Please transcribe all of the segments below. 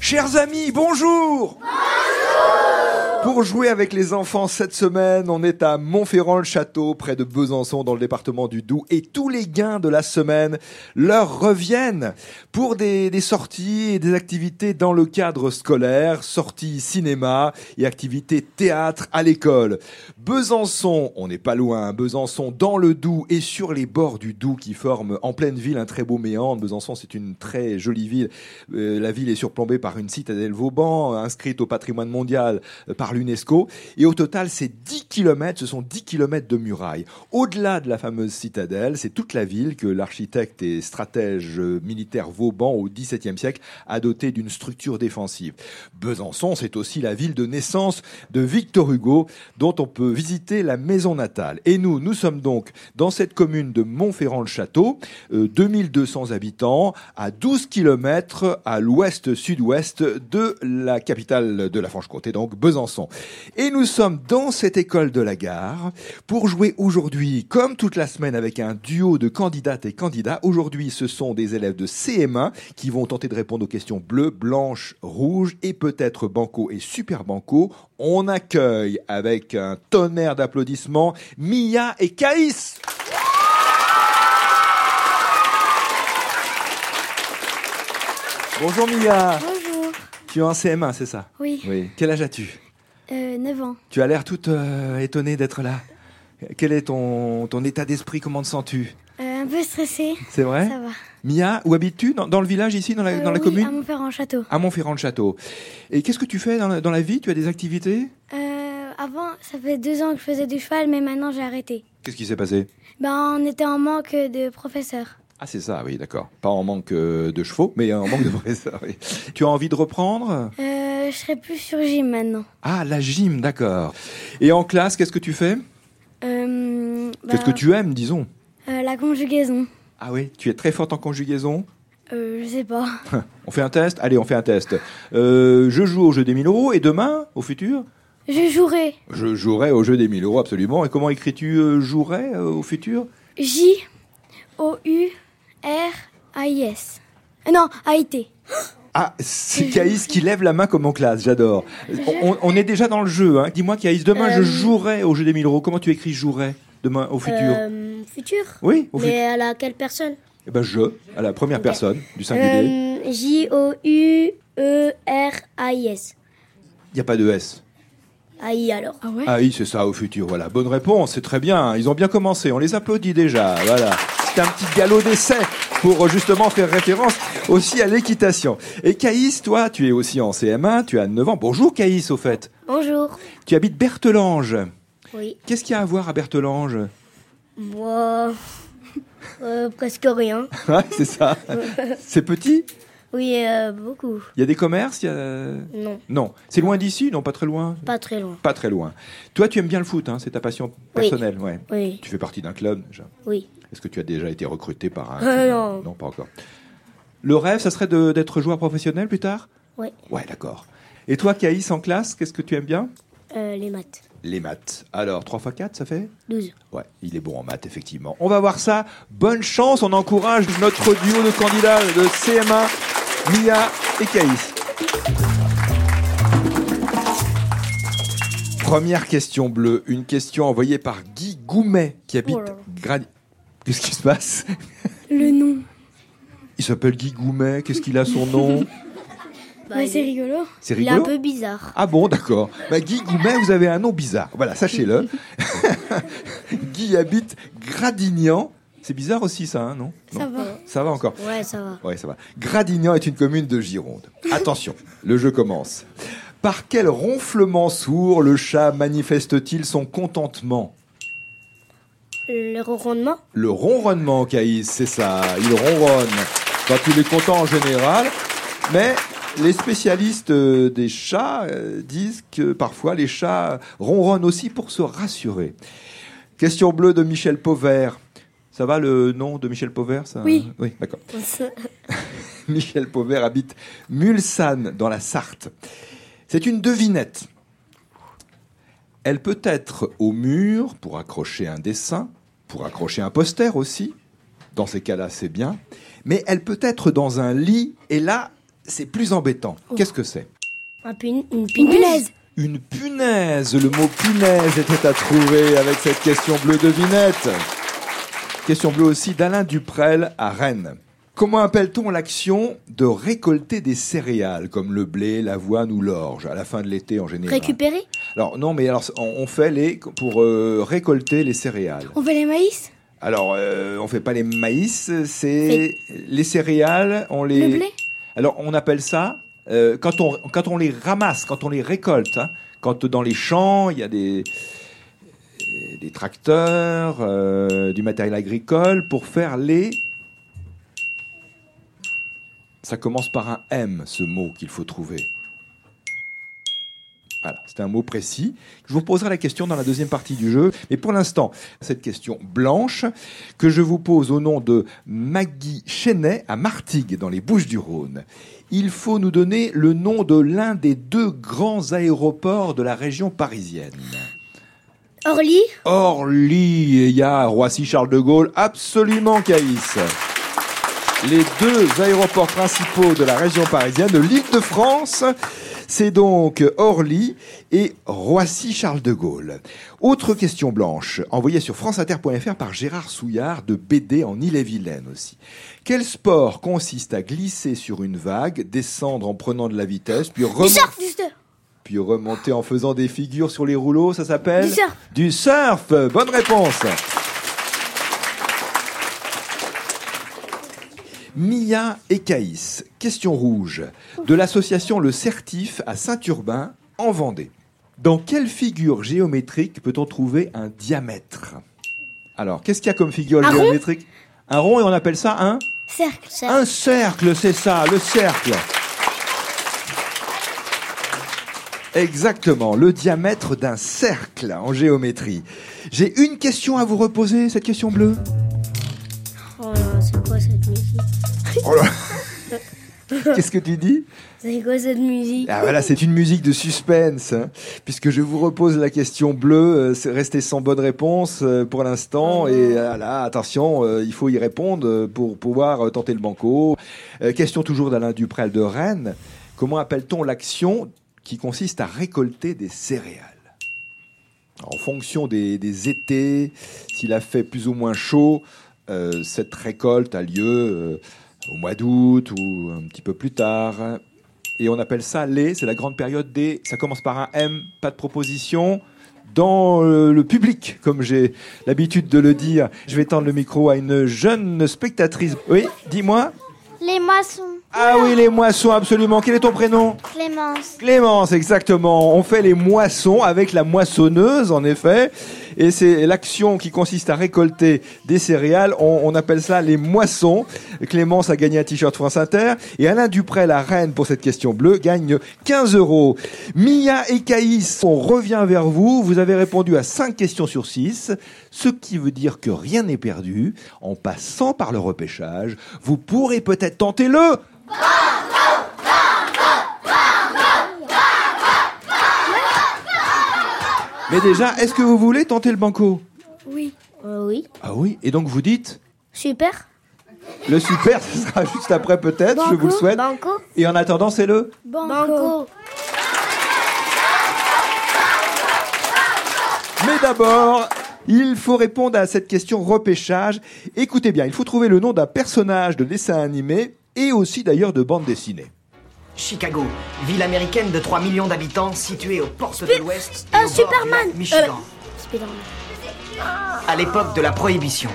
Chers amis, bonjour pour jouer avec les enfants cette semaine, on est à Montferrand-le-Château, près de Besançon, dans le département du Doubs. Et tous les gains de la semaine leur reviennent pour des, des sorties et des activités dans le cadre scolaire, sorties cinéma et activités théâtre à l'école. Besançon, on n'est pas loin, hein. Besançon dans le Doubs et sur les bords du Doubs qui forment en pleine ville un très beau méandre. Besançon, c'est une très jolie ville. Euh, la ville est surplombée par une citadelle Vauban, inscrite au patrimoine mondial euh, par l'UNESCO. Et au total, c'est 10 km, ce sont 10 km de murailles. Au-delà de la fameuse citadelle, c'est toute la ville que l'architecte et stratège euh, militaire Vauban au XVIIe siècle a dotée d'une structure défensive. Besançon, c'est aussi la ville de naissance de Victor Hugo, dont on peut visiter la maison natale. Et nous, nous sommes donc dans cette commune de Montferrand-le-Château, euh, 2200 habitants, à 12 km à l'ouest-sud-ouest de la capitale de la Franche-Comté, donc Besançon. Et nous sommes dans cette école de la gare pour jouer aujourd'hui, comme toute la semaine, avec un duo de candidates et candidats. Aujourd'hui, ce sont des élèves de CM1 qui vont tenter de répondre aux questions bleues, blanches, rouges et peut-être banco et super banco. On accueille avec un tonnerre d'applaudissements Mia et Caïs. Bonjour Mia. Bonjour. Tu es en CM1, c'est ça Oui, Oui. Quel âge as-tu euh, 9 ans. Tu as l'air toute euh, étonnée d'être là. Quel est ton, ton état d'esprit Comment te sens-tu Euh, un peu stressé. C'est vrai Ça va. Mia, où habites-tu dans, dans le village ici, dans la, Euh, Hein dans la oui, commune À mon père en château. À Montferrand-le-Château. Et qu'est-ce que tu fais dans la, dans la vie Tu as des activités Euh, avant, ça fait deux ans que je faisais du cheval, mais maintenant j'ai arrêté. Qu'est-ce qui s'est passé Ben, on était en manque de professeurs. Ah, c'est ça, oui, d'accord. Pas en manque euh, de chevaux, mais en manque de professeurs. oui. Tu as envie de reprendre Euh, je serai plus sur gym maintenant. Ah, la gym, d'accord. Et en classe, qu'est-ce que tu fais Bah. Euh, bah, Qu'est-ce que tu aimes, disons euh, La conjugaison. Ah oui, tu es très forte en conjugaison Euh, je sais pas. On fait un test Allez, on fait un test. Euh, je joue au jeu des 1000 euros et demain, au futur Je jouerai Je jouerai au jeu des 1000 euros, absolument. Et comment écris-tu euh, jouerai euh, au futur J O U R A I S. Euh, Non, A I T. Ah, c'est Caïs qui lève la main comme en classe, j'adore. On, on est déjà dans le jeu, hein. Dis-moi, Caïs, demain je Euh, jouerai au jeu des 1000 euros. Comment tu écris jouerai demain au futur Euh, futur Oui, au futur. Mais à laquelle personne Eh ben, je, à la première Ok. personne du singulier. Euh, E J-O-U-E-R-A-I-S. Il n'y a pas de S. Aïe alors. Ah ouais Ah oui, c'est ça, au futur, voilà. Bonne réponse, c'est très bien. Ils ont bien commencé, on les applaudit déjà, voilà. C'est un petit galop d'essai pour euh, justement faire référence aussi à l'équitation. Et Caïs, toi, tu es aussi en CM1, tu as 9 ans. Bonjour Caïs, au fait. Bonjour. Tu habites Bertelange. Oui. Qu'est-ce qu'il y a à voir à Bertelange Moi. euh, presque rien. Ouais, c'est ça. C'est petit Oui, euh, beaucoup. Il y a des commerces il y a- euh, Non, Non. C'est loin d'ici Non, pas très loin pas très loin. Pas très loin. Toi, tu aimes bien le foot, hein, c'est ta passion personnelle. Ouais. Oui, Tu fais partie d'un club déjà. oui. Est-ce que tu as déjà été recruté par un. Euh, non. pas encore. Le rêve, ça serait de- d'être joueur professionnel plus tard Ouais. Ouais, d'accord. Et toi, Caïs, en classe, qu'est-ce que tu aimes bien Euh, les maths. Les maths. Alors, 3 x 4, ça fait 12. Ouais, il est bon en maths, effectivement. On va voir ça. Bonne chance. On encourage notre duo de candidats de CMA, Mia et Caïs. Première question bleue. Une question envoyée par Guy Goumet, qui habite Oh là là. Gradi- Qu'est-ce qui se passe Le nom. Il s'appelle Guy Goumet. Qu'est-ce qu'il a son nom Ouais, c'est rigolo. C'est Bah, Il est un rigolo. peu bizarre. Ah bon, d'accord. Bah, Guy Goumet, vous avez un nom bizarre. Voilà, sachez-le. Guy habite Gradignan. C'est bizarre aussi, ça, hein, non Ça Non. va. Ça va encore. Euh, Ouais, ça va. Ouais, ça va. Gradignan est une commune de Gironde. Attention, le jeu commence. Par quel ronflement sourd le chat manifeste-t-il son contentement Le ronronnement Le ronronnement, Caïs, c'est ça. Il ronronne quand il est content en général. Mais les spécialistes euh, des chats euh, disent que parfois les chats ronronnent aussi pour se rassurer. Question bleue de Michel Pauvert. Ça va le nom de Michel Pauvert ça Oui. Oui, d'accord. Michel Pauvert habite Mulsanne, dans la Sarthe. C'est une devinette. Elle peut être au mur pour accrocher un dessin, pour accrocher un poster aussi. Dans ces cas-là, c'est bien. Mais elle peut être dans un lit. Et là, c'est plus embêtant. Qu'est-ce que c'est Un pun- une Une punaise. punaise. Une punaise. Le mot punaise était à trouver avec cette question bleue devinette. Question bleue aussi d'Alain Duprel à Rennes. Comment appelle-t-on l'action de récolter des céréales comme le blé, l'avoine ou l'orge à la fin de l'été en général Récupérer Alors non, mais alors on on fait les pour euh, récolter les céréales. On fait les maïs Alors euh, on fait pas les maïs, c'est les céréales, on les Le blé alors, on appelle ça, euh, quand, on, quand on les ramasse, quand on les récolte, hein, quand dans les champs, il y a des, euh, des tracteurs, euh, du matériel agricole, pour faire les... Ça commence par un M, ce mot qu'il faut trouver. Voilà, c'est un mot précis. Je vous poserai la question dans la deuxième partie du jeu. Mais pour l'instant, cette question blanche que je vous pose au nom de Maggie Chenet à Martigues, dans les Bouches-du-Rhône. Il faut nous donner le nom de l'un des deux grands aéroports de la région parisienne. Orly Orly, et il y a Roissy-Charles de Gaulle, absolument Caïs. Les deux aéroports principaux de la région parisienne, de l'île de France, c'est donc Orly et Roissy-Charles de Gaulle. Autre question blanche, envoyée sur franceinter.fr par Gérard Souillard de BD en Ille-et-Vilaine aussi. Quel sport consiste à glisser sur une vague, descendre en prenant de la vitesse, puis Du remonter surf Du surf puis remonter en faisant des figures sur les rouleaux, ça s'appelle Du surf. Du surf, bonne réponse. Mia et Caïs, question rouge, de l'association Le Certif à Saint-Urbain, en Vendée. Dans quelle figure géométrique peut-on trouver un diamètre Alors, qu'est-ce qu'il y a comme figure Un rond géométrique Un rond et on appelle ça un Cercle. Cercle. un cercle, c'est ça, le cercle. Exactement, le diamètre d'un cercle en géométrie. J'ai une question à vous reposer, cette question bleue. Oh non, c'est quoi cette musique Qu'est-ce que tu dis C'est quoi cette musique Ah voilà, c'est une musique de suspense. hein. Puisque je vous repose la question bleue, euh, c'est resté sans bonne réponse euh, pour l'instant. Et euh, là, attention, euh, il faut y répondre euh, pour pouvoir euh, tenter le banco. Euh, question toujours d'Alain Duprel de Rennes. Comment appelle-t-on l'action qui consiste à récolter des céréales En fonction des, des étés, s'il a fait plus ou moins chaud, euh, cette récolte a lieu euh, au mois d'août ou un petit peu plus tard. Et on appelle ça les, c'est la grande période des, ça commence par un M, pas de proposition, dans euh, le public, comme j'ai l'habitude de le dire. Je vais tendre le micro à une jeune spectatrice. Oui, dis-moi. Les moissons, Ah oui, les moissons, absolument. Quel est ton prénom Clémence, Clémence, exactement. On fait les moissons avec la moissonneuse, en effet. Et c'est l'action qui consiste à récolter des céréales. On, on appelle ça les moissons. Clémence a gagné un t-shirt France Inter. Et Alain Dupré, la reine pour cette question bleue, gagne 15 euros. Mia et Caïs, on revient vers vous. Vous avez répondu à 5 questions sur 6. Ce qui veut dire que rien n'est perdu. En passant par le repêchage, vous pourrez peut-être tenter le Mais déjà, est-ce que vous voulez tenter le banco Oui. Euh, oui. Ah oui, et donc vous dites Super. le super, ce sera juste après peut-être, je vous le souhaite. Banco. Et en attendant, c'est le Banco. Mais d'abord, il faut répondre à cette question repêchage. Écoutez bien, il faut trouver le nom d'un personnage de dessin animé et aussi d'ailleurs de bande dessinée. Chicago, ville américaine de 3 millions d'habitants située aux portes de l'Ouest et euh, au bord du lac Superman. Michigan, Spider-Man. à l'époque de la Prohibition.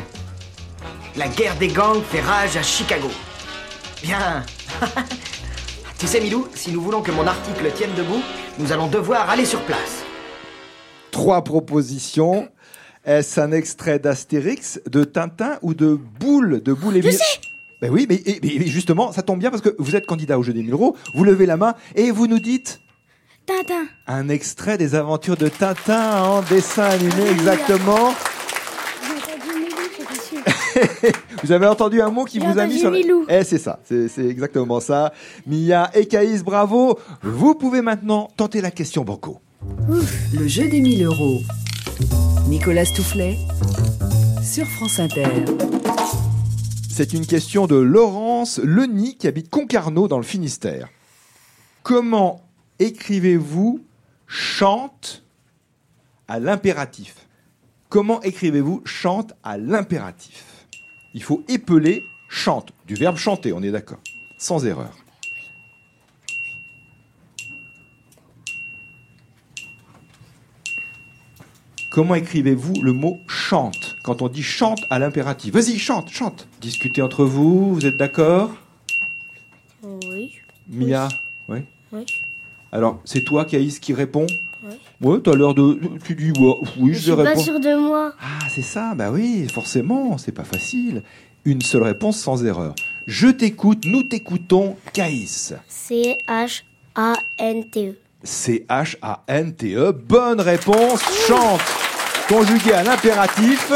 La guerre des gangs fait rage à Chicago. Bien. tu sais, Milou, si nous voulons que mon article tienne debout, nous allons devoir aller sur place. Trois propositions. Est-ce un extrait d'Astérix, de Tintin ou de Boule de Boule et Je sais Ben oui, mais, et- mais justement, ça tombe bien parce que vous êtes candidat au jeu des 1000 euros, vous levez la main et vous nous dites Tintin. Un extrait des aventures de Tintin en dessin animé, exactement. J'ai entendu Milou, j'étais sûre. Vous avez entendu un mot qui J'ai vous a entendu mis sur la... Milou. Eh, c'est ça, c'est c'est exactement ça. Mia et Caïs, bravo. Vous pouvez maintenant tenter la question banco. Le jeu des 1000 euros. Nicolas Toufflet sur France Inter. C'est une question de Laurent Laurence Leni qui habite Concarneau dans le Finistère. Comment écrivez-vous chante à l'impératif Comment écrivez-vous chante à l'impératif Il faut épeler chante, du verbe chanter, on est d'accord, sans erreur. Comment écrivez-vous le mot chante quand on dit chante à l'impératif Vas-y, chante, chante. Discutez entre vous, vous êtes d'accord Oh, Oui. Mia Oui. Oui. Alors, c'est toi, Caïs, qui réponds Oui. Ouais, t'as l'air de. Tu dis, ouais, oui, Je je vais suis pas répondre. sûre de moi. Ah, c'est ça, bah oui, forcément, c'est pas facile. Une seule réponse sans erreur. Je t'écoute, nous t'écoutons, Caïs. C-H-A-N-T-E. C-H-A-N-T-E. E. Bonne réponse. Chante. Conjugué à l'impératif.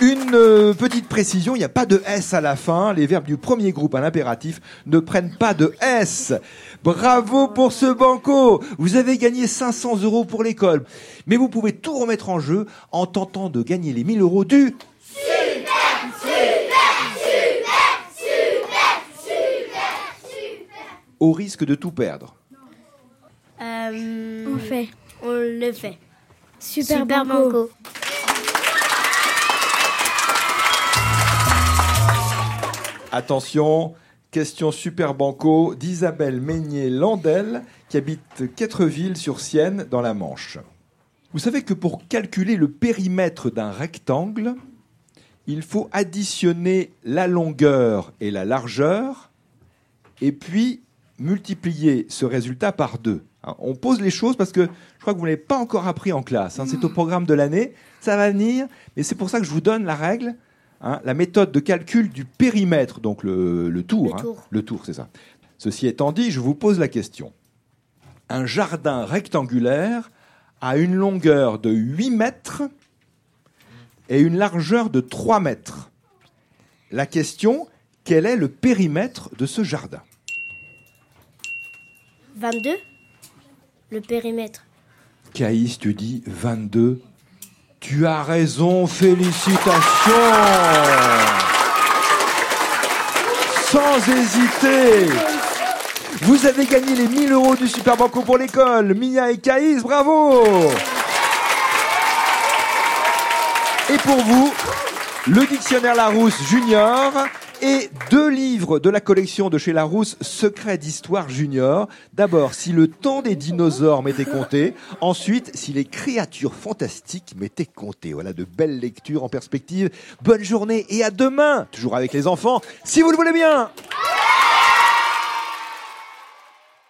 Une euh, petite précision, il n'y a pas de S à la fin. Les verbes du premier groupe à l'impératif ne prennent pas de S. Bravo pour ce banco. Vous avez gagné 500 euros pour l'école. Mais vous pouvez tout remettre en jeu en tentant de gagner les 1000 euros du... Au risque de tout perdre. On On fait. On le fait. Super, banco. Attention, question super banco d'Isabelle Meignet-Landel qui habite Quatrevilles sur Sienne dans la Manche. Vous savez que pour calculer le périmètre d'un rectangle, il faut additionner la longueur et la largeur et puis multiplier ce résultat par deux. Hein, On pose les choses parce que je crois que vous ne l'avez pas encore appris en classe. hein. C'est au programme de l'année, ça va venir, mais c'est pour ça que je vous donne la règle, hein, la méthode de calcul du périmètre, donc le, le tour. hein, Le tour. le tour, c'est ça. Ceci étant dit, je vous pose la question. Un jardin rectangulaire a une longueur de 8 mètres et une largeur de 3 mètres. La question, quel est le périmètre de ce jardin 22 Le périmètre. Caïs, tu dis 22. Tu as raison, félicitations Sans hésiter Vous avez gagné les 1000 euros du Super Banco pour l'école, Mia et Caïs, bravo Et pour vous, le dictionnaire Larousse Junior et deux livres de la collection de chez Larousse Secrets d'histoire junior. D'abord, si le temps des dinosaures m'était compté. Ensuite, si les créatures fantastiques m'étaient comptées. Voilà de belles lectures en perspective. Bonne journée et à demain, toujours avec les enfants, si vous le voulez bien.